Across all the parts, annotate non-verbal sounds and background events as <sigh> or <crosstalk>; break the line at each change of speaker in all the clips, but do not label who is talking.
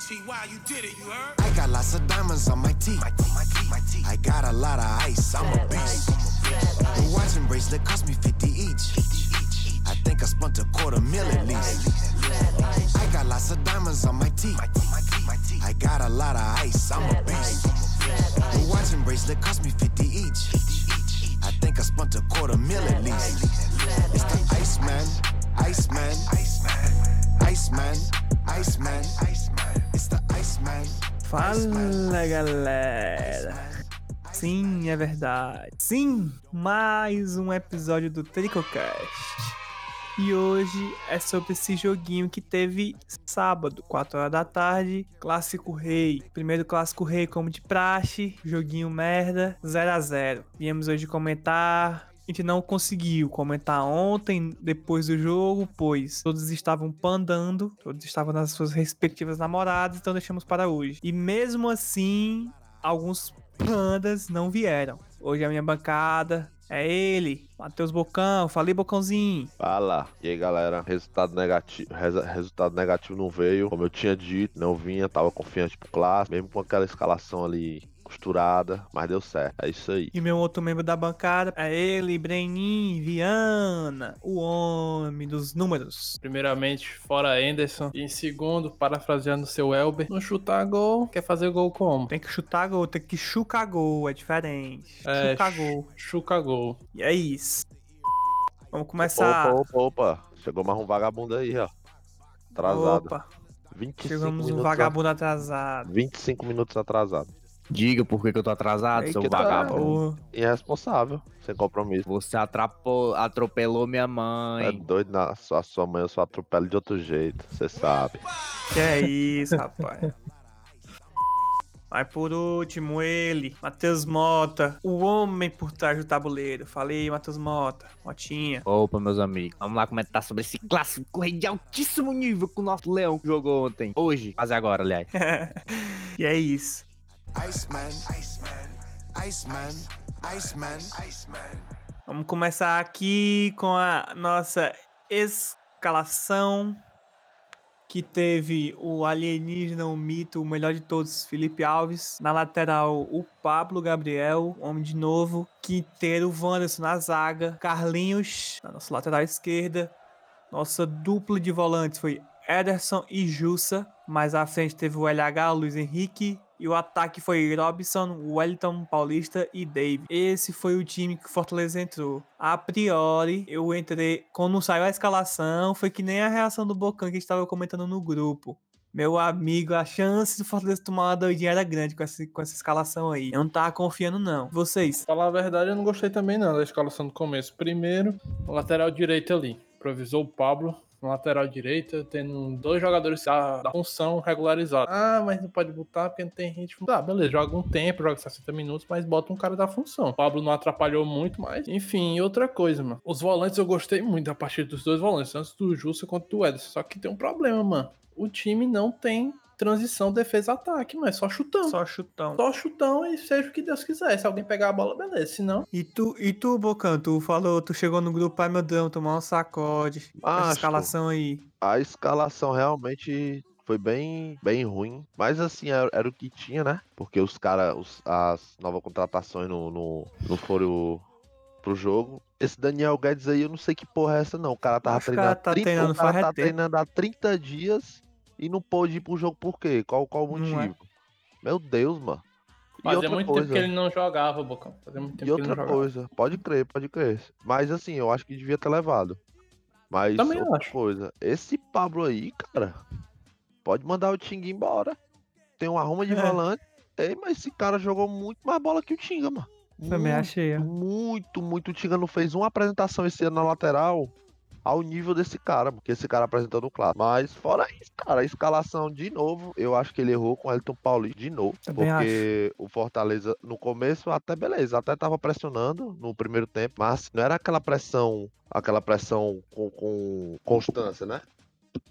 See why you did it, you heard?
I got lots of diamonds on my teeth. I got a lot of ice. I'm a beast. The watch and bracelet cost me 50 each. I think I spent a quarter mil at least. I got lots of diamonds on my teeth. I got a lot of ice. I'm a beast. The watch and bracelet cost me 50 each. I think I spent a quarter mil at least. It's the Iceman, Iceman, Iceman, Iceman, Iceman. It's the Iceman.
Fala galera! Sim, é verdade. Sim, mais um episódio do Tricocast. E hoje é sobre esse joguinho que teve sábado, 4 horas da tarde, Clássico Rei. Primeiro Clássico Rei, como de praxe, joguinho merda, 0 a 0 Viemos hoje comentar. A gente não conseguiu comentar ontem, depois do jogo, pois todos estavam pandando, todos estavam nas suas respectivas namoradas, então deixamos para hoje. E mesmo assim, alguns pandas não vieram. Hoje a minha bancada é ele, Matheus Bocão. Falei, Bocãozinho.
Fala. E aí, galera? Resultado negativo, reza- resultado negativo não veio. Como eu tinha dito, não vinha, tava confiante pro clássico, mesmo com aquela escalação ali costurada, mas deu certo. É isso aí.
E meu outro membro da bancada é ele, Brenin Viana, o homem dos números.
Primeiramente, fora Anderson. E em segundo, parafraseando seu Elber, não chutar gol, quer fazer gol como?
Tem que chutar gol, tem que chucar gol, é diferente.
É,
chucar gol.
Chuca gol.
E é isso. Vamos começar.
Opa, opa, opa. Chegou mais um vagabundo aí, ó. Atrasado.
Opa,
25
chegamos um
minutos
vagabundo atrasado.
a- 25 minutos atrasado.
Diga por que, que eu tô atrasado,
Eita,
seu
tá.
ô,
vagabundo.
Irresponsável, sem compromisso.
Você atrapou- atropelou minha
É
Tá.
mãe.
doido na sua, sua mãe, eu só atropelo de outro jeito, você sabe.
Que é isso, rapaz. Mas por último, ele, Matheus Mota, o homem por trás do tabuleiro. Falei, Matheus Mota, Motinha.
Opa, meus amigos. Vamos lá comentar sobre esse clássico rei de altíssimo nível que o nosso leão jogou ontem. Hoje. Fazer agora,
<laughs>
aliás.
e é isso.
Iceman, Iceman, Iceman, Iceman, Iceman.
Vamos começar aqui com a nossa escalação que teve o alienígena, o mito, o melhor de todos, Felipe Alves. Na lateral, o Pablo Gabriel, homem de novo. Quinteiro, Wanderson na zaga. Carlinhos, na nossa lateral esquerda. Nossa dupla de volantes foi Ederson e Jussa. Mais à frente teve o LH, Luiz Henrique. E o ataque foi Robson, Wellington, Paulista e Dave. Esse foi o time que o Fortaleza entrou. A priori, eu entrei. Quando saiu a escalação, foi que nem a reação do Bocan que estava comentando no grupo. Meu amigo, a chance do Fortaleza tomar uma doidinha era grande com essa, com essa escalação aí. Eu não tava confiando, não. Vocês?
Falar a verdade, eu não gostei também não da escalação do começo. Primeiro, o lateral direito ali. Improvisou o Pablo na lateral direita, tendo dois jogadores da, da função regularizada. Ah, mas não pode botar porque não tem ritmo. Tá, beleza, joga um tempo, joga 60 minutos, mas bota um cara da função. O Pablo não atrapalhou muito, mas... Enfim, e outra coisa, mano. Os volantes eu gostei muito da partida dos dois volantes, tanto do Justo quanto do Ederson. Só que tem um problema, mano. O time não tem transição defesa-ataque, mas só chutando.
Só chutão.
Só chutão e seja o que Deus quiser. Se alguém pegar a bola, beleza. Se não,
E tu, e tu, Bocan, tu falou, tu chegou no grupo, ai meu Deus, tomar um sacode. Essa
Macho.
escalação aí.
a escalação realmente foi bem, bem ruim. Mas assim, era, era o que tinha, né? Porque os caras, as novas contratações não, não, não foram pro jogo. Esse Daniel Guedes aí, eu não sei que porra é essa, não. O cara tava
Os cara
treinando,
tá
30,
treinando
o cara tá
faz tempo.
treinando há 30 dias e não pôde ir pro jogo por quê? Qual, qual o
Não é.
motivo? Meu Deus, mano. E
fazia
outra
é muito
coisa-
tempo que ele não jogava, Bocão. Fazia muito tempo
e
que ele não
outra
jogava.
coisa, pode crer, pode crer. Mas assim, eu acho que devia ter levado. Mas
Também
outra
acho.
coisa, esse Pablo aí, cara, pode mandar o Ting embora. Tem uma arruma de
É.
volante. Tem, mas esse cara jogou muito mais bola que o Tinga, mano.
Hum. Também achei. ó.
Muito, muito. O Tinga não fez uma apresentação esse ano na lateral. ao nível desse cara, porque esse cara apresentou no clássico. Mas fora isso, cara, a escalação de novo, eu acho que ele errou com o Elton Paulista de novo.
Também
porque o Fortaleza, no começo, até beleza, até tava pressionando no primeiro tempo, mas não era aquela pressão, aquela pressão com, com constância, né?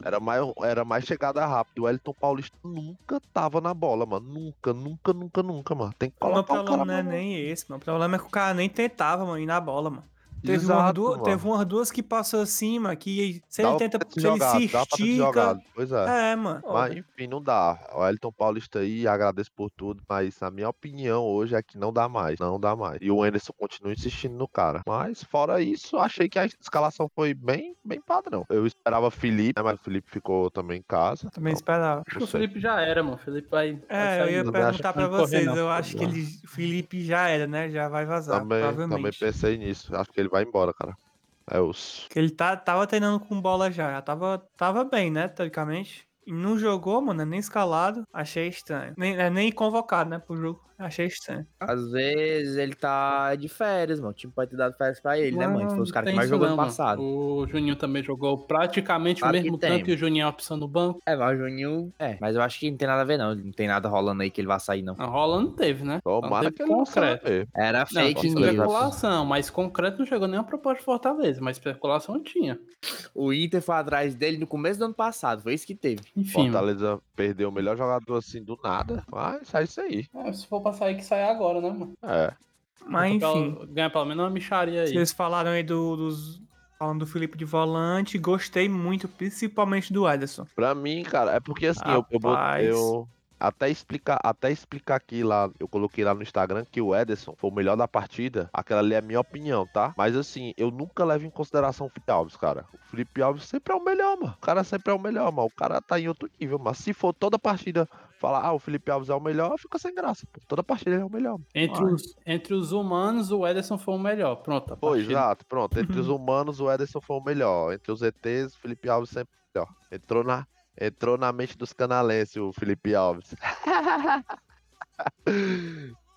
Era mais, era mais chegada rápida. O Elton Paulista nunca tava na bola, mano. Nunca, nunca, nunca, nunca, mano. Tem que
O meu
colocar o cara
problema não é
pra-
nem esse, mano. O problema é que o cara nem tentava, mano, ir na bola, mano. Teve, umas,
Exato,
duas,
mano.
teve umas duas que passou assim, mano, que se
Dá
ele
o
tenta,
pé
se ele se
dá o pé
estica.
jogado. Pois é.
É, mano.
Mas enfim, não dá. O Elton Paulista aí, agradeço por tudo, mas a minha opinião hoje é que não dá mais. Não dá mais. E o Anderson continua insistindo no cara. Mas fora isso, achei que a escalação foi bem, bem padrão. Eu esperava Felipe, né, mas o Felipe ficou também em casa.
Também
Então,
esperava.
Acho que
não
o
sei.
Felipe já era, mano. O Felipe vai. vai
É, eu
sair.
ia
não
perguntar
acho
pra
que correr,
vocês.
não.
Eu acho que ele, o Felipe já era, né? Já vai
tá,
vazar,
Também, também
provavelmente.
pensei nisso. Acho que ele vai embora, cara. É os.
Porque ele tá, tava treinando com bola já, já tava, tava bem, né, teoricamente. E não jogou, mano, é nem escalado. Achei estranho. Nem, é, nem convocado, né, pro jogo. Achei estranho.
Às vezes ele tá de férias, mano. O time pode ter dado férias pra ele, né,
Mas
mano? Foi os
não
caras que
tem
mais
isso
jogou
não,
no
mano.
passado.
O Juninho também jogou praticamente
Claro
o mesmo
que tem,
tanto que o Juninho é a opção do banco.
É, mas o Juninho. É, mas eu acho que não tem nada a ver, não. Não tem nada rolando aí que ele vai sair, não.
A Rola Ah, não teve, né?
Tomara
teve
que ele não saia
concreto.
ver.
Era
Não,
fake
tinha
Fortaleza.
news.
especulação, mas concreto não chegou nenhuma proposta de Fortaleza, mas especulação tinha.
O Inter foi atrás dele no começo do ano passado. Foi isso que teve.
Enfim. mano.
Fortaleza perdeu o melhor jogador assim do nada. Mas é isso aí.
É, se for pra sair, que sair agora, né, mano?
É.
Mas
Pra
Ah, enfim.
ganhar pelo menos uma micharia aí.
Vocês falaram aí do, dos. Falando do Felipe de volante, gostei muito, principalmente do Ederson.
Pra mim, cara, é porque assim, eu, eu, bot-
Rapaz.
eu- até explicar, até explicar aqui lá, eu coloquei lá no Instagram que o Ederson foi o melhor da partida. Aquela ali é a minha opinião, tá? Mas assim, eu nunca levo em consideração o Felipe Alves, cara. O Felipe Alves sempre é o melhor, mano. O cara sempre é o melhor, mano. O cara tá em outro nível, mas se for toda partida falar, ah, o Felipe Alves é o melhor, fica sem graça. Pô. Toda partida ele é o melhor. mano.
Entre os, entre os humanos, o Ederson foi o melhor. Pronto, a
Foi,
partida.
exato, pronto. Entre os humanos, o Ederson foi o melhor. Entre os ETs, o Felipe Alves sempre foi o melhor. Entrou na, entrou na mente dos canalenses o Felipe Alves.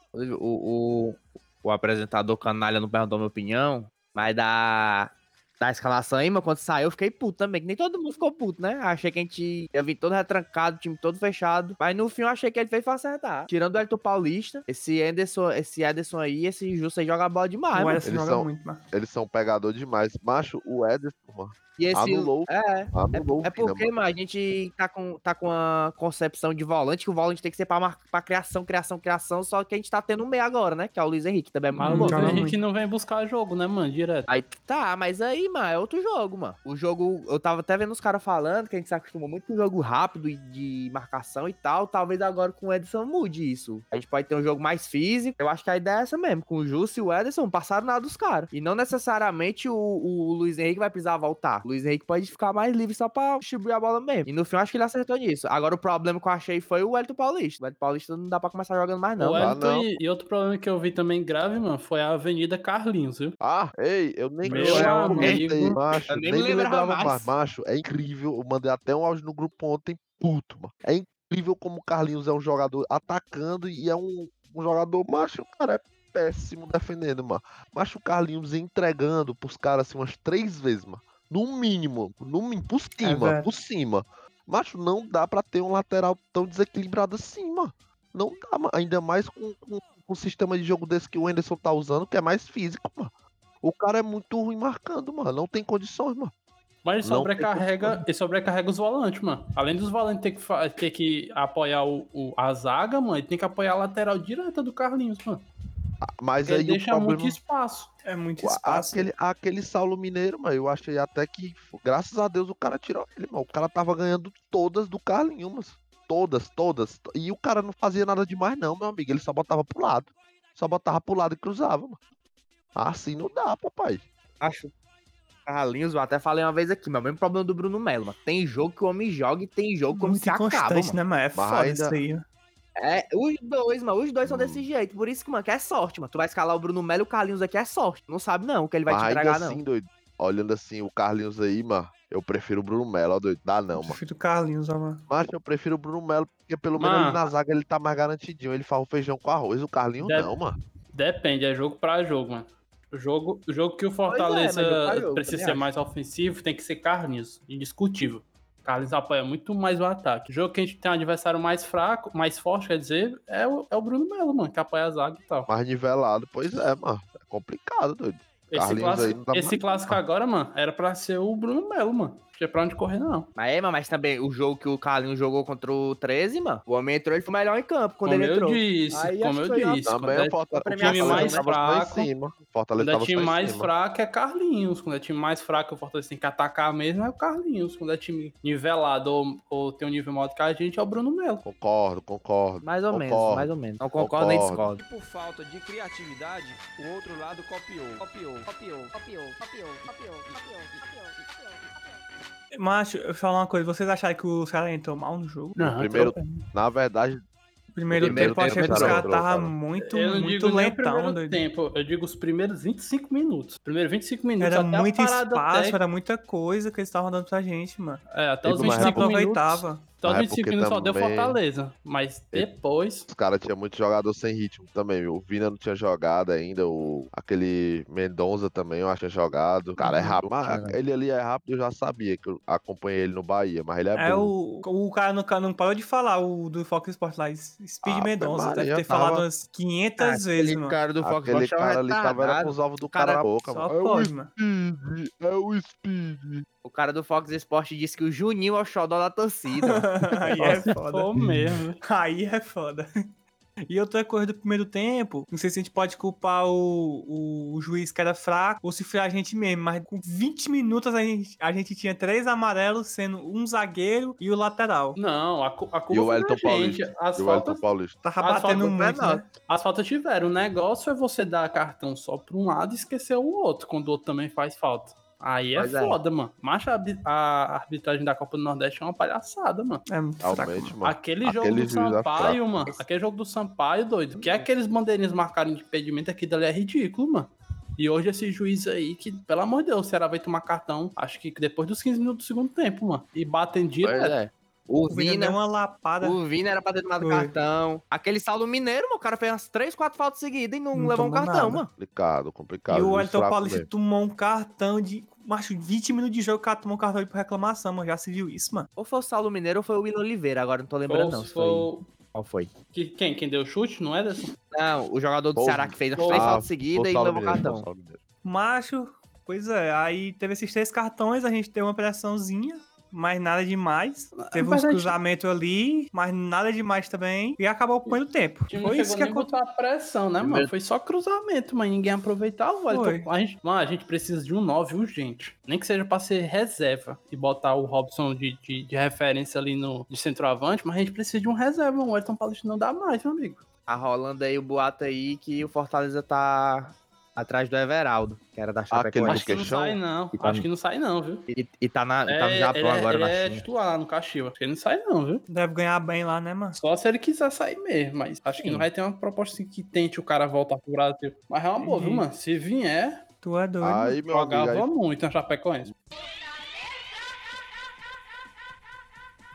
Inclusive, O, o, o apresentador canalha não perguntou minha opinião, mas da, da escalação aí, mano, quando saiu, eu fiquei puto também, que nem todo mundo ficou puto, né? Achei que a gente ia vir todo retrancado, time todo fechado, mas no fim eu achei que ele fez pra acertar. Tirando o Elton Paulista, esse Anderson, esse Ederson aí, esse Justo aí joga bola demais, né?
o
mano.
Ederson
eles
joga
são-
muito, mano.
Eles são pegador demais. Macho, o Ederson, mano,
E esse,
anulou.
É,
anulou.
É
o Vina,
porque,
mano.
mano, a gente tá com, tá com a concepção de volante, que o volante tem que ser pra, mar- pra criação, criação, criação, só que a gente tá tendo um meio agora, né? Que é o Luiz Henrique, também é
Mas
muito
o
Hum,
bom.
Luiz
né?
joga
Henrique
muito.
não vem buscar jogo, né, mano? Direto.
Aí tá, mas aí, mano, é outro jogo, mano. O jogo, eu tava até vendo os caras falando que a gente se acostumou muito com jogo rápido e de marcação e tal. Talvez agora com o Edson mude isso. A gente pode ter um jogo mais físico. Eu acho que a ideia é essa mesmo. Com o Justo e o Ederson, passaram nada dos caras. E não necessariamente o, o Luiz Henrique vai precisar voltar. O Luiz Henrique pode ficar mais livre só pra distribuir a bola mesmo. E no fim, eu acho que ele acertou nisso. Agora, o problema que eu achei foi o Elton Paulista. O Elton Paulista não dá pra começar jogando mais, não.
o
mano.
dá
Wellington
não.
E, e outro problema que eu vi também grave, mano, foi a Avenida Carlinhos, viu?
Ah, ei, eu nem
Meu
eu nem
amigo.
comentei, macho.
Eu
nem
nem
me
me lembrava
lembrava mais.
mais.
Macho, é incrível. Eu mandei até um áudio no grupo ontem, puto, mano. É incrível como o Carlinhos é um jogador atacando e é um, um jogador macho, cara, é péssimo defendendo, mano. Macho o Carlinhos entregando pros caras assim umas três vezes, mano. No mínimo, no mínimo, por
É
cima,
velho.
por cima. Macho, não dá pra ter um lateral tão desequilibrado assim, mano. Não dá, mano. ainda mais com, com, com o sistema de jogo desse que o Anderson tá usando, que é mais físico, mano. O cara é muito ruim marcando, mano. Não tem condições, mano.
Mas ele
Não
sobrecarrega, ele sobrecarrega os volantes, mano. Além dos volantes ter que, fa- ter que apoiar o, o- a zaga, mano, ele tem que apoiar a lateral direta do Carlinhos, mano.
Mas
Ele
aí
deixa
o problema...
muito espaço.
É muito
o-
espaço.
Aquele, aquele Saulo Mineiro, mano, eu achei até que, graças a Deus, o cara tirou ele, mano. O cara tava ganhando todas do Carlinhos, mano. Todas, todas. to- E o cara não fazia nada demais, não, meu amigo. Ele só botava pro lado. Só botava pro lado e cruzava, mano. Assim não dá, papai.
acho. Carlinhos, eu até falei uma vez aqui, mas é o mesmo problema do Bruno Melo, mano. Tem jogo que o homem joga e tem jogo que é o homem
Muito
se acaba,
inconstante,
mano.
né, mano? É foda
ainda-
isso aí.
É, os dois, mano, os dois são desse jeito. Por isso que, mano, que é sorte, mano. Tu vai escalar o Bruno Melo e o Carlinhos aqui é sorte. Tu Não sabe, não, o que ele vai
Mas
te
ainda
entregar,
assim,
não.
doido. Olhando assim, o Carlinhos aí, mano, eu prefiro o Bruno Melo, ó, doido. Dá não, mano.
Prefiro o Carlinhos, ó, mano.
Mas eu prefiro o Bruno Melo, porque pelo menos
Mano.
ali na zaga ele tá mais garantidinho. Ele faz o feijão com arroz. O Carlinhos
Deve-
não, mano.
Depende, é jogo pra jogo, mano. O jogo, o jogo que o
é, mas
Fortaleza
eu caio, eu
precisa
também
ser
acho.
mais ofensivo tem que ser Carlinhos, indiscutível. Carlinhos apoia muito mais o ataque. O jogo que a gente tem um adversário mais fraco, mais forte, quer dizer, é o, é o Bruno Melo, mano, que apoia a zaga e tal.
Mais nivelado, pois é, mano. É complicado, doido.
Esse
Carlinhos aí
clássico,
não dá
esse
mais-
clássico agora, mano, era pra ser o Bruno Melo, mano. Não tinha pra onde correr, não.
Mas é, mano, mas também o jogo que o Carlinhos jogou contra o 13, mano. O homem entrou, ele foi melhor em campo quando
como
ele
eu
entrou.
disse,
Aí
como
acho
eu
que foi
disse.
Também
quando é-
o Fortaleza,
o
o
time
Fortaleza
mais
né? tava só em
fraco-
cima. O Fortaleza
Quando é
tava só
time
em
mais
cima.
fraco é Carlinhos. Quando é time mais fraco, o Fortaleza tem que atacar mesmo, é o Carlinhos. Quando é time nivelado ou, ou tem um nível maior do que a gente, é o Bruno Melo.
Concordo, concordo.
Mais ou menos,
Concordo.
mais ou menos. Não concordo nem
Concordo.
discordo.
Por falta de criatividade, o outro lado copiou. Copiou, copiou, copiou, copiou, copiou, copiou, copiou, copiou.
Macho, eu vou falar uma coisa. Vocês acharam que os caras iam tomar no jogo?
Não,
Primeiro, na verdade,
Primeiro,
primeiro
tempo, eu achei
tempo,
que os caras
entrou,
estavam
cara.
muito,
eu não
muito
digo nem o primeiro
lentão, doido.
tempo, eu digo os primeiros 25 minutos. Primeiro 25 minutos
Era
até a
muito
parada
espaço,
técnica-
era muita coisa que eles estavam dando pra gente, mano.
É, até os
Digo, mas é
25 minutos.
aproveitava.
Até os
Mas é
25
porque
minutos só deu
também-
Fortaleza. Mas depois.
os caras tinham muito jogador sem ritmo também. O Vina não tinha jogado ainda. O... Aquele Mendonça também, eu acho que tinha jogado. O cara é rápido. Mas ele ali é rápido, eu já sabia que eu acompanhei ele no Bahia, mas ele é,
É,
bom.
o, o cara não, não parou de falar, o do Fox Sports lá, Speed
Ave
Mendonça.
Maria,
deve ter
tava- Ah,
falado umas 500 vezes, mano.
Ah, cara do é
Aquele cara ali tava era com os ovos do cara na boca,
Só
mano. É o
pode, mano. <laughs>
Speed, é o Speed.
O cara do Fox Sport disse que o Juninho é o xodó da torcida.
Aí é foda.
Pô, mesmo.
<laughs> Aí é foda. E outra coisa do primeiro tempo, não sei se a gente pode culpar o, o, juiz que era fraco ou se foi a gente mesmo, mas com 20 minutos a gente, a gente tinha três amarelos, sendo um zagueiro e o lateral.
Não, a, cu- a culpa
E o
foi da
Wellington
gente.
Paulista.
As
E o Elton
faltas
Paulista.
Tava
Ah, só
batendo
do
muito, né?
As faltas tiveram. O negócio é você dar cartão só pra um lado e esquecer o outro, quando o outro também faz falta. Aí é
Pois é.
foda, mano. Mas a, arbi- a arbitragem da Copa do Nordeste é uma palhaçada, mano.
É muito fraco.
Realmente, mano.
Aquele
Aquele
jogo do
juiz é
Sampaio,
fraco.
mano. Aquele jogo do Sampaio, doido. Que é aqueles bandeirinhos marcaram de impedimento aqui dali é ridículo, mano. E hoje esse juiz aí, que, pelo amor de Deus, o Ceará vai tomar cartão, acho que depois dos 15 minutos do segundo tempo, mano. E batem
<laughs> Pois
direto.
é. O
O Vina deu
Vina,
uma lapada.
o Vina era pra ter tomado
Foi.
cartão. Aquele saldo mineiro, mano, o cara fez umas 3, 4 faltas seguidas e não,
Não
levou um
tomou
cartão,
nada.
mano.
Complicado, complicado.
e o
juiz
Wellington
fraco
Paulista
mesmo.
tomou um cartão de. Macho, 20 minutos de jogo, o cara tomou um cartão de reclamação, mano. Já se viu isso, mano?
Ou foi o saldo mineiro ou foi o Will Oliveira, agora não tô lembrando
Ou
não.
se
se
for
Foi...
o-
Qual foi?
que- Quem? Quem deu o chute? Não é dessa?
Não, o jogador do
Ou-
Ceará que fez as
ou-
três
Ah,
faltas seguidas e
Gonçalo
levou um
Mineiro,
cartão.
Gonçalo Mineiro.
Macho, pois é. Aí teve esses três cartões, a gente teve uma pressãozinha, mas nada demais. Teve uns
mas a gente-
cruzamentos ali, mas nada demais também. E acabou o primeiro tempo.
O time não
Foi isso
chegou
que
nem a
aconteceu.
botar pressão,
É
né, mano? Foi só cruzamento, mas ninguém aproveitava. o Wellington. A gente, mano, a gente precisa de um 9 urgente. Nem que seja pra ser reserva e botar o Robson de, de, de referência ali no de centroavante, mas a gente precisa de um reserva. O Elton Paulista não dá mais, meu amigo.
Tá rolando aí o boato aí que o Fortaleza tá atrás do Everaldo, que era da
Aquele
Chapecoense.
Acho que não
queixão?
sai, não.
E tá
Acho que não sai, não, viu?
E, e tá, na, tá no
É,
Japão
ele é-
agora
ele
na
é
China.
titular no Caxiba. Acho que ele não sai, não, viu?
Deve ganhar bem lá, né, mano?
Só se ele quiser sair mesmo, mas acho que
Sim.
não vai ter uma proposta assim que tente o cara voltar pro Brasil. Mas é uma boa, viu,
Uhum.
mano? Se vier,
Tu é doido.
Aí, meu amigo,
jogava
aí,
muito na Chapecoense.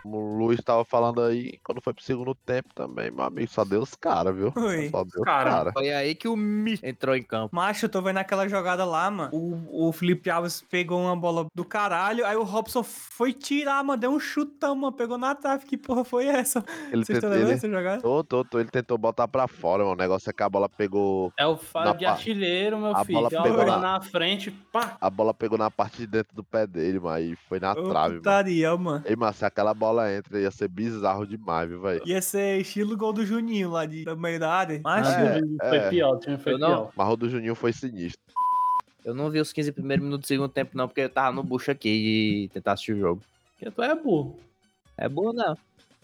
como o Luiz tava falando aí, quando foi pro segundo tempo também, meu amigo, só deu os caras, viu?
Foi.
Só deu os
Cara.
caras.
Foi aí que o Mi entrou em campo.
Macho, eu tô vendo aquela jogada lá, mano. O, o Felipe Alves pegou uma bola do caralho, aí o Robson foi tirar, mano. Deu um chutão, mano. Pegou na trave. Que porra foi essa?
Ele,
Vocês estão
tentou,
lembrando
ele,
dessa jogada?
tô, tô, tô, ele tentou botar pra fora, mano. O negócio é que a bola pegou.
É o
Na
faro de
pa-
artilheiro, meu
a
filho.
bola
Tem uma
pegou
bola
lá.
na frente, pá.
A bola pegou na parte de dentro do pé dele, mas aí foi na
Ô,
trave, mano.
putaria, mano.
Ei, mas se aquela bola entra, ia ser bizarro demais, viu, velho?
Ia ser estilo gol do Juninho lá de, do meio da área. Macho,
Acho que o time Ah, foi
é.
pior, o time foi
Eu não-
pior.
Mas o do Juninho foi sinistro.
Eu não vi os 15 primeiros minutos do segundo tempo, não, porque eu tava no bucho aqui de tentar assistir o jogo.
Porque tu é burro.
É boa, não.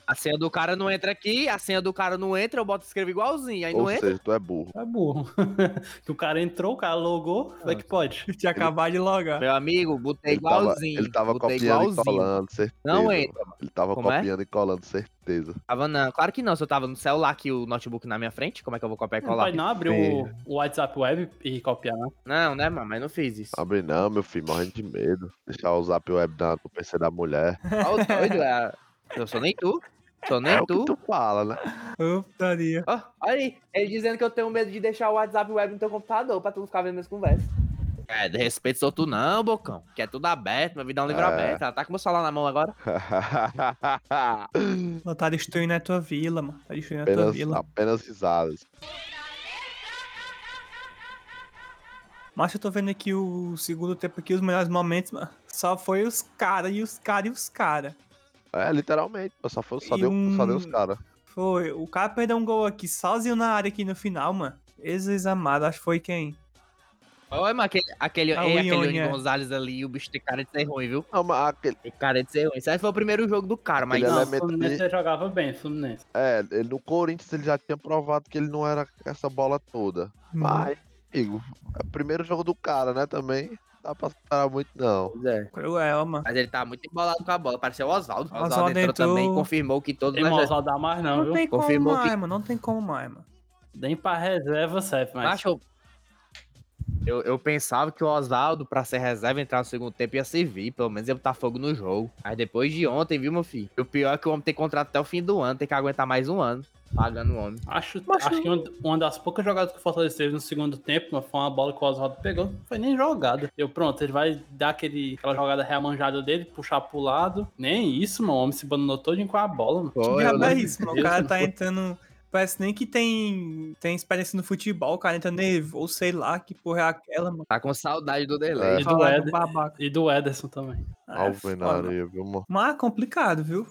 A senha do cara não entra aqui, a senha do cara não entra, eu boto escrevo igualzinho, aí
Ou
não entra.
seja, tu é burro.
Tu é burro. <laughs> que o cara entrou, o cara logou, como é que pode?
tinha acabado de logar.
Meu amigo, botei
Ele tava,
É igualzinho.
ele tava
botei
copiando e colando, certeza.
Não
mano.
entra, mano.
Ele tava
Como é?
copiando e colando, certeza.
Tava não. Claro que não, se eu tava no celular aqui, o notebook na minha frente, como é que eu vou copiar e
Não
colar?
vai não abrir o, o WhatsApp web e copiar. né?
Não, né, mano? Mas não fiz isso.
Abre não, meu filho, morrendo de medo. Deixar o zap web da, do PC da mulher.
Ó, o doido, é. Eu sou nem tu. Só nem
É o
tu.
que tu fala, né?
Ô, putaria.
Ó, olha aí, ele dizendo que eu tenho medo de deixar o WhatsApp web no teu computador pra tu não ficar vendo minhas conversas. É, de respeito sou tu não, Bocão. Que é tudo aberto, minha vida é um livro
É.
aberto. Ela tá com o meu celular na mão agora.
<laughs>
Ela tá destruindo a tua vila, mano. Tá destruindo a tua
apenas,
vila.
apenas risadas.
Mas eu tô vendo aqui o segundo tempo aqui, os melhores momentos, mano. Só foi os caras e os caras e os caras.
É, literalmente. pô, Só, foi, só,
E
deu, só
um-
deu os caras.
Foi. O cara perdeu um gol aqui sozinho na área aqui no final, mano. Jesus amado, acho que foi quem?
Olha, mas aquele, aquele,
Ah,
ei,
o
aquele
Ione,
Ione
é.
Gonzalez ali, o bicho tem cara de ser ruim, viu?
Não, mas aquele,
Tem cara de ser ruim. Esse aí foi o primeiro jogo do cara, mas
Ele
não,
Não,
é
o
meio-
Fluminense jogava bem, o Fluminense.
é, ele, no Corinthians ele já tinha provado que ele não era essa bola toda. Mas, amigo, é o primeiro jogo do cara, né? Também não dá pra esperar muito, não.
pois é.
Cruel, mano.
Mas ele tá muito embolado com a bola, pareceu o Oswaldo. O
Oswaldo
Oswaldo entrou,
entrou.
também e confirmou que todos
Tem
nós...
mozal dar mais é não,
Não
viu?
tem como
Confirmou
mais,
que-
mano. Não tem como mais, mano.
Nem pra reserva serve, mas...
Macho, eu, eu pensava que o Oswaldo, pra ser reserva, entrar no segundo tempo ia servir. Pelo menos ia botar fogo no jogo. Mas depois de ontem, viu, meu filho? E o pior é que o homem tem contrato até o fim do ano. Tem que aguentar mais um ano pagando o homem.
Acho,
Macho-
acho que uma, uma das poucas jogadas que o Fortaleza teve no segundo tempo mas foi uma bola que o Oswaldo pegou, não foi nem jogada. Eu, pronto, ele vai dar aquele, aquela jogada reamanjada dele, puxar pro lado. Nem isso, mano. O homem se bandanou todinho com a bola, mano.
Pô,
Que
eu
diabo
não-
é isso, mano. O
né? Deus,
cara
não
tá
foi-
entrando. Parece nem que tem, tem experiência no futebol, o cara entra nervoso, sei lá, que porra é aquela, mano.
Tá com saudade do delay.
E do
Falar do
Éder.
babaca.
E do Ederson também.
Ah, é foda.
Alvenaria, viu, mano?
Mas é complicado, viu?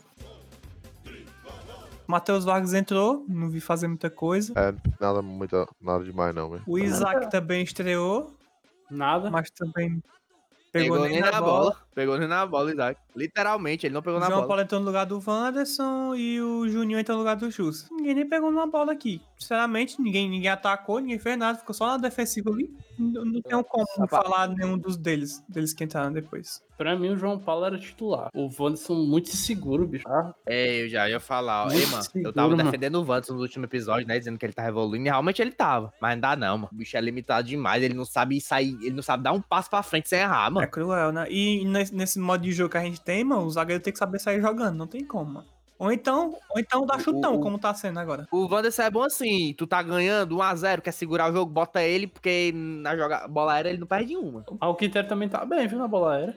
Matheus Vargas entrou, não vi fazer muita coisa.
É, nada, muito, nada demais, não, velho.
O Isaac também estreou,
Nada.
mas também
Pegou,
pegou,
nem na bola. Pegou nem na bola, Isaac. Literalmente, ele não pegou
O
na
João
bola.
Paulo entrou no lugar do Wanderson e o Juninho entrou no lugar do Jussa. Ninguém nem pegou numa bola aqui. Sinceramente, ninguém, ninguém atacou, ninguém fez nada, ficou só na defensiva ali. Não, não tenho como falar nenhum dos deles, deles que entraram depois.
Pra mim, o João Paulo era titular. O Wanderson muito inseguro, bicho. Ah,
É, eu já ia falar. ó. Ei,
Muito
mano, eu
seguro,
tava
mano.
defendendo o Vantos no último episódio, né? Dizendo que ele tá evoluindo. E realmente ele tava. Mas não dá, não, mano. O bicho é limitado demais. Ele não sabe sair. Ele não sabe dar um passo pra frente sem errar,
É
mano.
cruel, né? E nesse, nesse modo de jogo que a gente tem, mano, o zagueiro tem que saber sair jogando, não tem como, mano. Ou então, ou então dá
O-
chutão,
o-
como tá sendo agora.
O Wanderson é bom assim. Tu tá ganhando 1x0, quer segurar o jogo, bota ele, porque na joga... bola aérea ele não perde uma.
Ah, o Quintero também tá bem, viu, na bola aérea.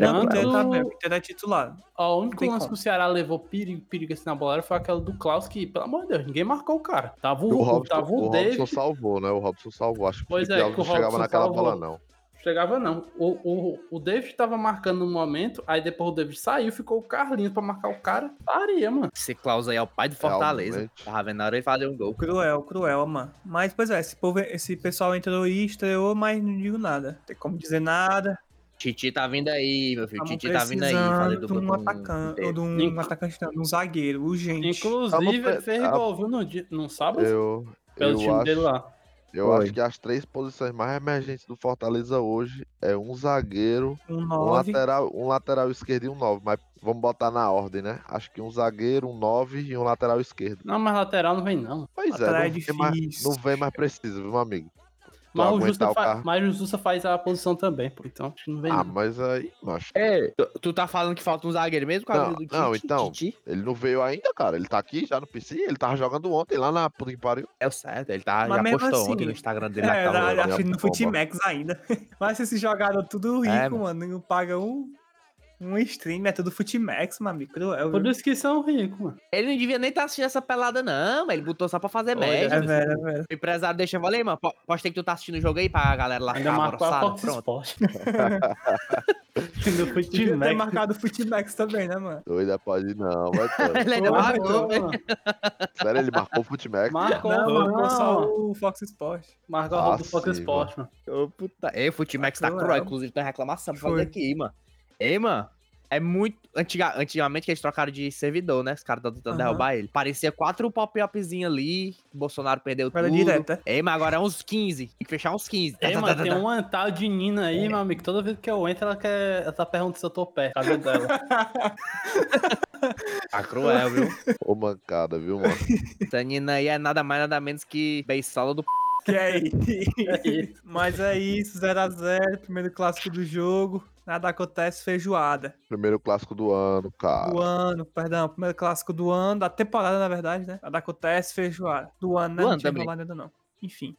Não, o Quintero tá bem, o
Tirando...
Quintero é titular.
Ó, o
Não
único
tem
lance
como.
que o Ceará levou perigo, perigo assim na bola aérea foi aquela do Klaus, que, pelo amor de Deus, ninguém marcou o cara. Tava o,
O Robson,
tava o,
o
David,
Robson salvou, né? O Robson salvou. Acho que
Pois
Felipe
é,
Alves
que o
não chegava
Robson
naquela bola,
salvou.
não.
Chegava não. O, o, o David tava marcando no momento, aí depois o David saiu, ficou o Carlinhos pra marcar o cara. Paria, mano.
Esse Klaus aí é o pai do Fortaleza.
Realmente.
Tava vendo na hora ele fazer um gol.
Cruel, cruel, mano. Mas, pois é, esse, povo, esse pessoal entrou e estreou, mas não digo nada. Não tem como dizer nada.
Titi tá vindo aí, meu filho.
Tamo
Titi tá vindo aí. Fazer
precisando de
dupla
um
com o
atacante, ou
Quintero.
de um
Inclu-
atacante, não, de um zagueiro, urgente.
Tava
Inclusive, ele
pe-
fez
a-
gol, viu, no, dia- no sábado,
Eu,
pelo
eu
time dele
acho,
lá.
eu
Foi.
acho que as três posições mais emergentes do Fortaleza hoje é um zagueiro,
Um
um
9.
lateral, um lateral esquerdo e um nove. Mas vamos botar na ordem, né? Acho que um zagueiro, um nove e um lateral esquerdo.
Não, mas lateral não vem, não.
Pois
Lateral é
é, não vem, mais,
difícil.
não vem mais preciso, viu, meu amigo? Pra
Mas o,
aguentar
Justa
o
fa...
carro.
mas o Justa faz a posição também, pô. Então, acho que não vem,
Ah,
não.
mas aí, macho.
É, tu, tu tá falando que falta um zagueiro mesmo com a
Não,
ajuda do Titi?
não, então.
Titi?
Ele não veio ainda, cara. Ele tá aqui já no PC. Ele tava jogando ontem lá na puta que pariu.
É o certo, ele tá,
Mas
já
mesmo
postou
assim,
ontem no Instagram dele. né? lá que
É,
tava
acho que
jogando
no
bomba.
Futimax ainda. <laughs> Mas esses jogadores tudo rico,
É, mano.
mano. Não paga um, um stream, é tudo Futimax, meu amigo. Cruel.
Por
viu?
isso que são ricos, mano.
Ele não devia nem estar assistindo essa pelada, não, mas ele botou só pra fazer
Olha,
média.
É, velho, é, velho.
O empresário deixa, eu falei, mano, po- pode ter que tu tá assistindo o jogo aí pra galera lá
Tá
Ainda
ficar
marcou a
alvoroçada,
Fox
pronto. <laughs>
Sport. <laughs> Não foi time,
Devia
né?
ter marcado o Futimax também, né, mano?
Doida, é, pode não, vai
<laughs>
ter.
É
Ele ainda
então.
então,
marcou.
Sério, ele marcou o Futimax.
Marcou,
Não, marcou só
marcou.
o Fox Sport.
Marcou a roupa do
Ah,
Fox
sim,
Sport, mano.
Ô, puta. Ei, o Futimax tá
Marcou,
cruel,
é.
inclusive tem uma reclamação pra fazer
Foi.
aqui, mano. Ei, mano. É muito. antiga- antigamente que eles trocaram de servidor, né? Os caras estão tentando
Aham.
derrubar ele. Parecia quatro pop-upzinhos ali. Bolsonaro perdeu
Era
tudo.
direto, é?
Ei, mas agora é uns 15. Tem que fechar uns 15.
Ei, mano,
tá, <laughs>
tem uma tal de Nina aí, meu amigo. Toda vez que eu entro, ela, quer... ela tá perguntando se eu tô perto. Cadê dela?
Tá cruel, viu?
Ô, mancada, viu, mano?
Essa Nina aí <laughs> é nada mais, nada menos que beisola do p...
Que é isso. Mas é isso, 0x0, primeiro clássico do jogo. Nada acontece, feijoada.
Primeiro clássico do ano, cara.
Do ano, perdão, primeiro clássico do ano, da temporada, na verdade, né? Nada acontece, feijoada. Do ano, né?
Do
não
ano
tinha
também.
rolado ainda, não. Enfim.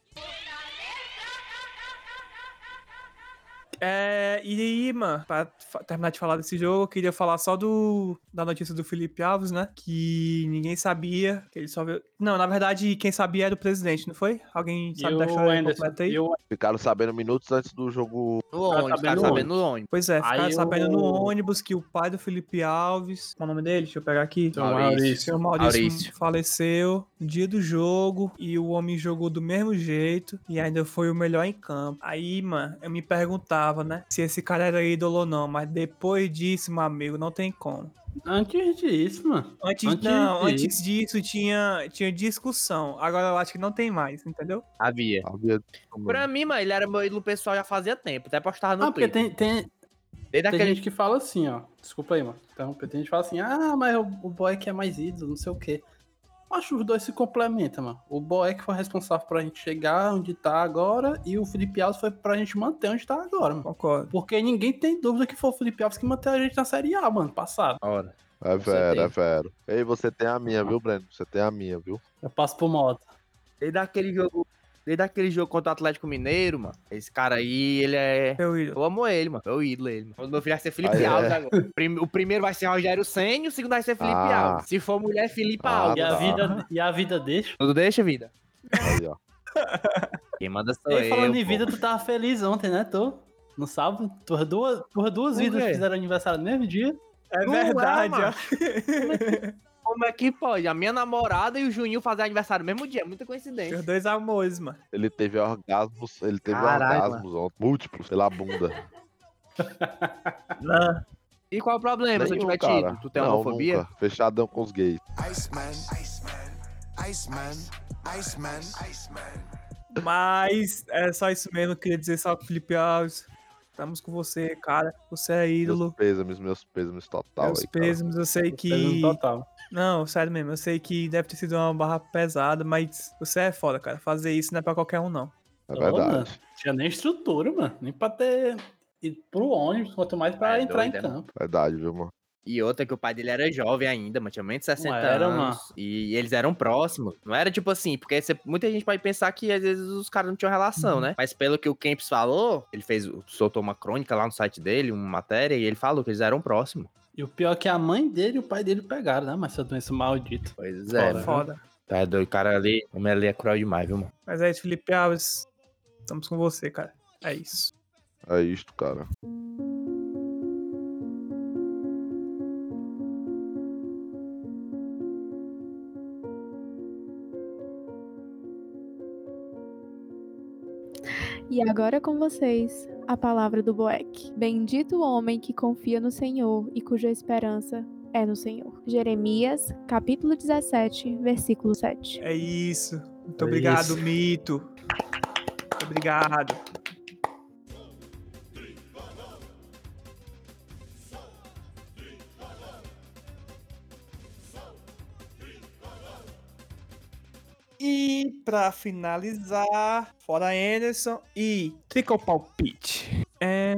É, e aí, mano, pra fa- terminar de falar desse jogo, eu queria falar só do da notícia do Felipe Alves, né? Que ninguém sabia, que ele só veio... Não, na verdade, quem sabia era o presidente, não foi? Alguém
E
<laughs> sabe da
o
história
Anderson.
completa aí?
E o
Ficaram sabendo minutos antes do jogo.
No ônibus,
sabendo
cara,
no
Tá sabendo no ônibus.
Pois é, ficaram
Aí
sabendo no
o-
ônibus que o pai do Felipe Alves, qual é o nome dele? Deixa eu pegar aqui.
Seu Maurício.
Seu Maurício,
Maurício.
faleceu no dia do jogo e o homem jogou do mesmo jeito e ainda foi o melhor em campo. Aí, mano, eu me perguntava, né, se esse cara era ídolo ou não, mas depois disso, meu amigo, não tem como.
Antes disso, mano.
Antes,
Antes
não,
disso.
antes disso tinha, tinha discussão. Agora eu acho que não tem mais, entendeu?
Havia.
Havia...
Pra mim, mano, ele era meu ídolo pessoal já fazia tempo. Até postava no
Ah, porque
Twitter.
tem, tem,
Desde
Tem
aquele
gente que fala assim, ó. Desculpa aí, mano. Então, tem gente que fala assim, ah, mas o, o boy que é mais ídolo, não sei o quê. Acho que os dois se complementam, mano. O boy que foi responsável pra gente chegar onde tá agora e o Felipe Alves foi pra gente manter onde tá agora, mano.
Concordo.
Porque ninguém tem dúvida que foi o Felipe Alves que manteve a gente na Série A, mano, passado.
hora.
É
Com
vero,
certeza.
é vero. Ei, você tem a minha, viu, Breno? Você tem a minha, viu?
Eu passo pro moto.
Desde aquele jogo. Desde aquele jogo contra o Atlético Mineiro, mano. Esse cara aí, ele é.
Meu ídolo.
Eu amo ele, mano. Eu ídolo ele. Mano. O meu filho vai ser Felipe
Aí é.
Alves agora. O prim- O primeiro vai ser Rogério Senna, o segundo vai ser Felipe
Ah.
Alves. Se for mulher, é Felipe
Ah,
Alves.
E a
tá.
vida, e a vida deixa.
Tudo deixa, vida.
Aí, ó.
Quem manda sou
E falando em
pô.
vida, tu tava feliz ontem, né? Tu? No sábado, tuas duas, tuas duas
Por
vidas
quê?
fizeram aniversário no mesmo dia.
É
Não é,
verdade,
mano.
ó.
Como é que pode? A minha namorada e o Juninho fazem aniversário no mesmo dia. é Muita coincidência.
Meus dois amores, mano.
Ele teve orgasmos, ele teve
Caralho,
orgasmos ontem, múltiplos pela
<laughs>
bunda.
E qual é o problema se eu
Nenhum,
tiver
cara.
tido? Tu tem
Não,
homofobia?
nunca. Fechadão com os gays.
Iceman, Iceman, Iceman, Iceman, Iceman.
Mas é só isso mesmo, queria dizer só pro Felipe Alves. Estamos com você, cara. Você é
Meus
ídolo.
pêsames, meus pêsames total
Meus
aí, cara.
pêsames, eu sei que.
um
Fazendo Total.
Não, tá- sério mesmo, eu sei que deve ter sido uma barra pesada, mas você é foda, cara. Fazer isso não é pra qualquer um, não.
É
Ô, mano,
verdade.
Tinha nem estrutura, mano. Nem pra ter ido pro ônibus, quanto mais pra
É
entrar
doido,
em
é, mano.
campo.
Verdade, viu, mano?
E outra que o pai dele era jovem ainda, mano, tinha menos de 60
era,
anos.
mano.
E eles eram próximos. Não era tipo assim, porque você- muita gente pode pensar que às vezes os caras não tinham relação, né? Mas pelo que o Kempis falou, ele fez, soltou uma crônica lá no site dele, uma matéria, e ele falou que eles eram próximos.
E o pior é que a mãe dele e o pai dele pegaram, né? Mas essa doença maldita.
Pois é,
né?
mano.
foda.
Tá doido, o cara ali, o homem ali é cruel demais, viu, mano?
Mas é isso, Felipe Alves. Estamos com você, cara. É isso.
É isto, cara.
E agora com vocês, a palavra do Boeck. Bendito o homem que confia no Senhor e cuja esperança é no Senhor. Jeremias, capítulo 17, versículo 7.
É isso. Muito
É
obrigado,
isso.
Mito. Muito obrigado. E pra finalizar, fora Anderson e Tricopalpite. É,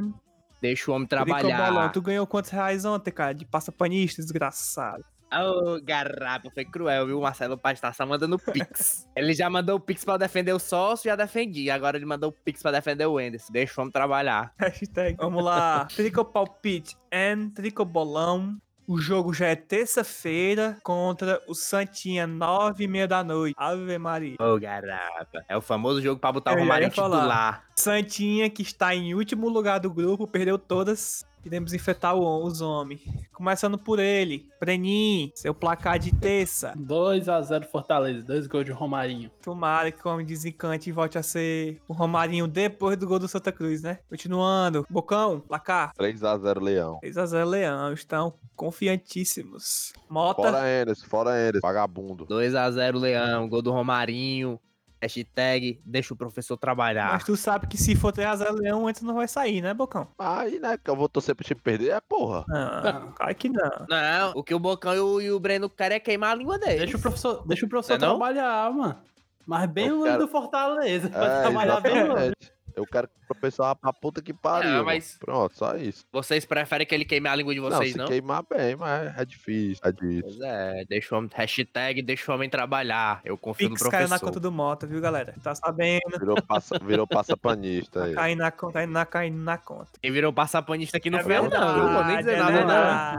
Deixa o homem
Tricobolão,
trabalhar.
tu ganhou quantos reais ontem, cara? De passapanista, desgraçado.
Ô, garapa, foi cruel, viu? O Marcelo Paz tá só mandando pix. ele já mandou o pix pra defender o sócio, já defendi. Agora ele mandou o pix pra defender o Enderson. Deixa o homem trabalhar.
Hashtag. Vamos lá. Tricopalpite and Tricobolão. O jogo já é terça-feira contra o Santinha, nove e meia da noite. Ave Maria.
Ô, garapa. É o famoso jogo pra botar
Eu
o
ia
Romário em
falar.
titular.
Santinha, que está em último lugar do grupo, perdeu todas. Iremos enfrentar o- os homens. Começando por ele, Brenin, seu placar de terça.
2x0 Fortaleza, dois gols de Romarinho.
Tomara que o homem desencante e volte a ser o Romarinho depois do gol do Santa Cruz, né? Continuando. Bocão, placar.
3x0 Leão.
6x0 Leão, estão confiantíssimos. Mota,
Fora Enes, fora Enes, vagabundo.
2x0 Leão, gol do Romarinho. Hashtag, deixa o professor
mas
trabalhar.
tu sabe que se for 3x0 Leão, antes não vai sair, né, Bocão?
Aí, né, que eu vou torcer pro time perder, é porra.
Ah.
Não, claro que não.
Não, o que o Bocão e o, e o Breno querem é queimar a língua dele.
Deixa o professor, deixa o professor
Não é não?
trabalhar, mano. Mas bem
Eu
longe
quero-
do Fortaleza. pra
Ah,
<laughs>
É,
trabalhar bem longe.
exatamente. Eu quero que o pessoal vá pra puta que pariu.
Não,
mano.
Ah, mas-
Pronto, só isso.
Vocês preferem que ele queime a língua de vocês,
se
não?
queimar bem, mas é difícil, é difícil.
Pois é, deixa o homem, hashtag deixa o homem trabalhar. Eu confio
Pix
no
caiu na
professor.
conta do Mota, viu, galera? Tá sabendo.
Virou, passa, virou passapanista Tá aí.
Caindo na conta, caindo na, caindo na conta.
Quem virou passapanista aqui no
É
é ferro, não. Eu não vou nem dizer
verdade, é
nada, não.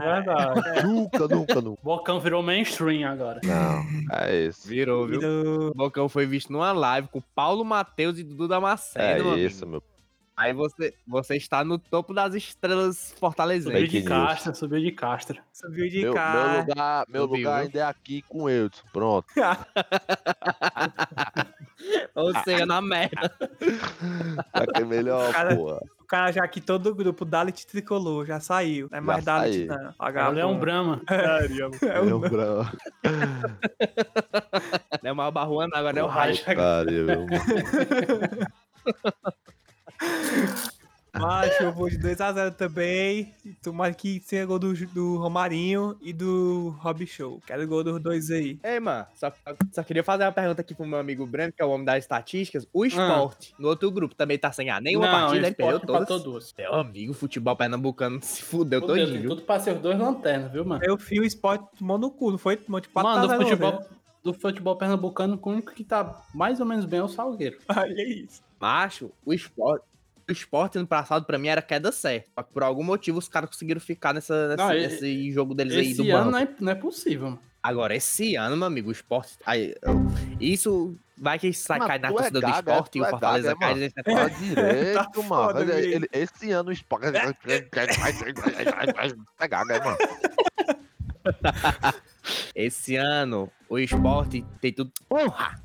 verdade.
né? Verdade.
É.
Nunca, nunca, nunca.
Bocão virou mainstream agora.
Não, é isso.
Virou, viu?
Virou.
O Bocão foi visto numa live com Paulo Matheus e Dudu Damasceno,
É
meu amigo.
isso, meu.
Aí você, você está no topo das estrelas
Subiu
fortalezenses.
Fake
de
news.
Castro, subiu de Castro.
Subiu de
Meu, meu
cá.
lugar, meu
Eu vi,
lugar
viu?
ainda é aqui com o Eudson. Pronto.
Ou seja, na merda.
Tá que é melhor,
Cara,
porra.
O cara já quitou do grupo, Dalit tricolor, já saiu. Não é mais
Já
Dalit,
saiu.
não.
Agora é um
Vagabundo.
Brahma.
É o
Meu bravo.
Não é o Barruana, agora é o
Raio.
Raio.
Raja.
Pariu, meu.
<laughs> Macho, eu vou de 2x0 também. E Tomara que tenha gol do, do Romarinho e do Rob Show. Quero gol dos dois aí.
Ei, mano, só, só queria fazer uma pergunta aqui pro meu amigo Breno, que é o homem das estatísticas. O esporte, no outro grupo, também tá sem ganhar nenhuma partida, ele perdeu
empatou
todas.
duas.
Meu amigo, o futebol pernambucano se fudeu
Fudeu,
todinho,
tem
viu?
tudo pra ser os dois lanternas, viu, mano?
Eu fio o esporte tomou no cu, não foi? Tomou de 4
Mano,
x
do futebol, do futebol pernambucano, o único que tá mais ou menos bem é o Salgueiro.
<laughs> Olha isso.
Macho, o esporte. O esporte no passado, pra mim, era queda certa. Mas por algum motivo, os caras conseguiram ficar nessa, nessa-
Não, e-
nesse jogo deles aí do
Esse
banco.
ano não é, não é possível, mano.
Agora, esse ano, meu amigo, o esporte. aí, eu- isso vai que sai,
Mas
cai na
tu é
torcida do
gaga,
esporte
tu
e o
é
Fortaleza
gaga,
cai.
mano.
nesse-
Fala direito, mano.
Tá foda,
Ele-
viu?
ele- esse ano o Spock. Tá gaga, mano.
Esse ano, o esporte tem tudo. Porra!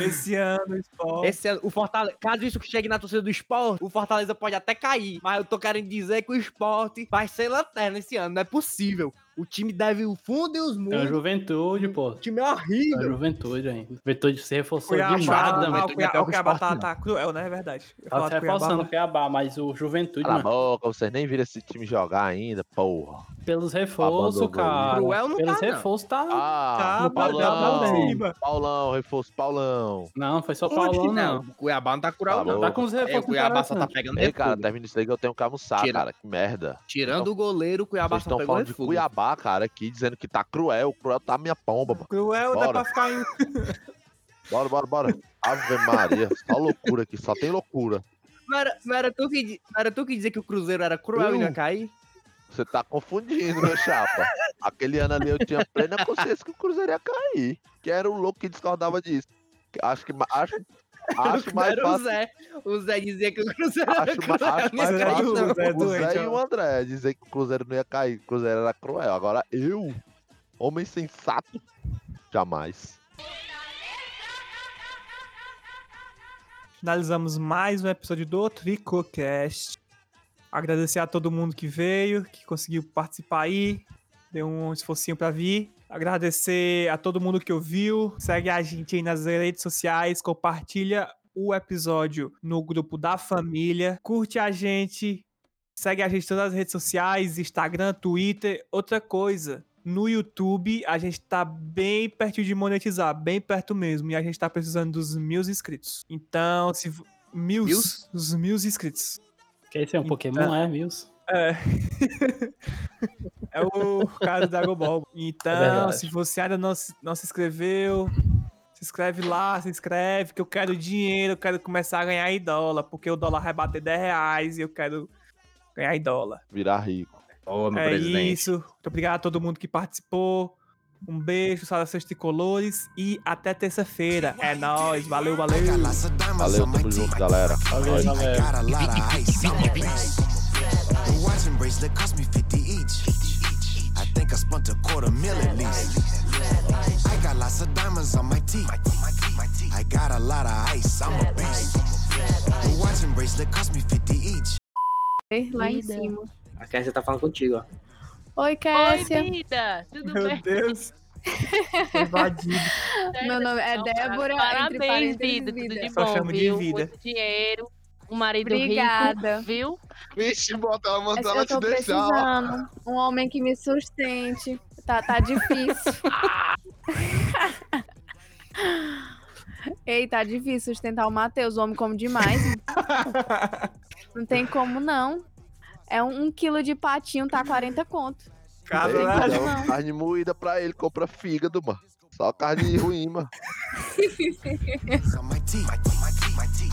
Esse ano, o esporte.
Esse ano, o Fortaleza. Caso isso chegue na torcida do esporte, o Fortaleza pode até cair. Mas eu tô querendo dizer que o esporte vai ser lanterna esse ano. Não é possível. O time deve o fundo e os
É a
mundos.
juventude, pô.
O time é
É a
horrível.
juventude ainda. Juventude se reforçou
Cuiabá,
demais,
ah,
mano.
o
mas tu ainda
Cuiabá,
pega
o
o
Cuiabá tá,
esporte,
tá cruel, né? É verdade. Eu
Tá
ia falar
se
do Cuiabá,
reforçando o Cuiabá, mas o Juventude,
Cala a
mano,
boca, vocês nem viram esse time jogar ainda, porra.
pelos reforços,
Abandonou.
cara.
Cruel não
pelos
tá, não.
reforços tá.
Ah,
Tá,
no
mas
Paulão,
dá pra
não.
cima.
Paulão, reforço Paulão.
Não, foi só
Lógico
Paulão,
que
não.
O Cuiabá não tá
Tá
cural,
bom.
não.
Tá com os
É, o
reforços
Cuiabá só tá
interessantes.
pegando
Ei, cara,
recuo.
termina isso aí que eu tenho que almoçar,
Tira.
cara. Que merda.
Tirando o goleiro, o Cuiabá
Vocês
só
estão
pegou
falando de
refugo.
Cuiabá, cara, aqui, dizendo que tá cruel. Cruel tá minha pomba, mano.
Cruel dá
Bora.
pra ficar em.
Bora, bora, bora. Ave Maria, só loucura aqui, só tem loucura.
Não era, não, era tu que, di- não era tu que dizia que o Cruzeiro era cruel e não ia
Eu?
cair?
Você tá confundindo, meu chapa. Aquele ano ali eu tinha plena consciência que o Cruzeiro ia cair. Que era o louco que discordava disso. Acho que ma- acho,
<laughs>
acho mais
era o
fácil.
Zé. O Zé dizia que o Cruzeiro era
Acho, ma-
cruel.
acho mais
Zé
nesse caso,
do-
fácil
não.
é Zé
o
doente,
Zé e
ó.
o André dizer que o Cruzeiro não ia cair, que o Cruzeiro era cruel. Agora eu, homem sensato, jamais.
Finalizamos mais um episódio do Tricocast. Agradecer a todo mundo que veio, que conseguiu participar aí, deu um esforcinho pra vir. Agradecer a todo mundo que ouviu, segue a gente aí nas redes sociais, compartilha o episódio no grupo da família, curte a gente, segue a gente em todas as redes sociais, Instagram, Twitter, outra coisa. No YouTube, a gente tá bem pertinho de monetizar, bem perto mesmo. E a gente tá precisando dos mil inscritos. Então, se. v- Mil?
Mils?
Os mil inscritos.
Quer ser um
Então.
Pokémon? É, Mills.
<laughs> É o cara do Dragon Ball. Então,
É verdade.
se você ainda não, se- não se inscreveu, se inscreve lá, se inscreve, que eu quero dinheiro, eu quero começar a ganhar em dólar, porque o dólar vai bater 10 reais e eu quero ganhar em dólar.
Virar rico.
Ô, meu
é
presidente.
isso. Muito obrigado a todo mundo que participou. Um beijo, saudações tricolores e até terça-feira. É nóis, valeu,
I got
valeu.
lots of diamonds
Valeu,
on my
tamo
teeth.
junto, galera. Nós.
I got a lot of ice on my wrist. The watch and bracelet cost me 50 each. I think I spent a quarter mil at least. I got lots of diamonds on my teeth. I got a lot of ice. I'm a beast. The watch and bracelet cost me 50 each.
Lá em
Vida.
cima.
A Kessia tá falando contigo, ó.
Oi,
Oi,
Cássia.
vida! Tudo
Meu
bem? <laughs>
Deus. Foi invadido.
Meu nome é
Não,
Débora, entre
Parabéns,
parênteses,
vida.
vida.
Tudo de
Só
bom,
chamo de
viu?
vida.
Muito dinheiro, um marido
Obrigada.
rico, viu?
Vixe, bota ela
Essa eu tô precisando. Um homem que me sustente. Tá, tá difícil. Ei, tá difícil sustentar o Matheus, o homem come
<laughs>
demais. não tem como, não. É um, um quilo de patinho, tá 40 conto.
Caralho.
Não tem como,
Carne moída pra ele, compra fígado, mano. Só carne ruim, mano.
não.
my teeth.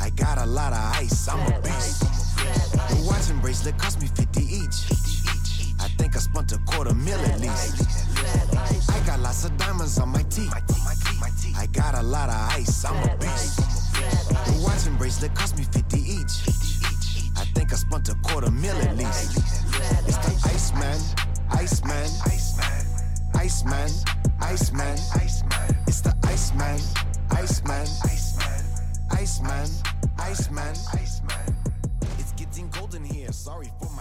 I got a lot of ice, I'm a beast. The watch and bracelet cost me 50 each. I think I spent a quarter mil at least. I got lots of diamonds on my teeth. I got a lot of ice, I'm a beast. The watch and bracelet cost me 50 each. I think I spent a quarter mil at least. It's the Iceman, Iceman, Iceman, Iceman, Iceman, Iceman. It's the Iceman, Iceman, Iceman, Iceman, Iceman, Iceman. It's getting cold in here, sorry for my.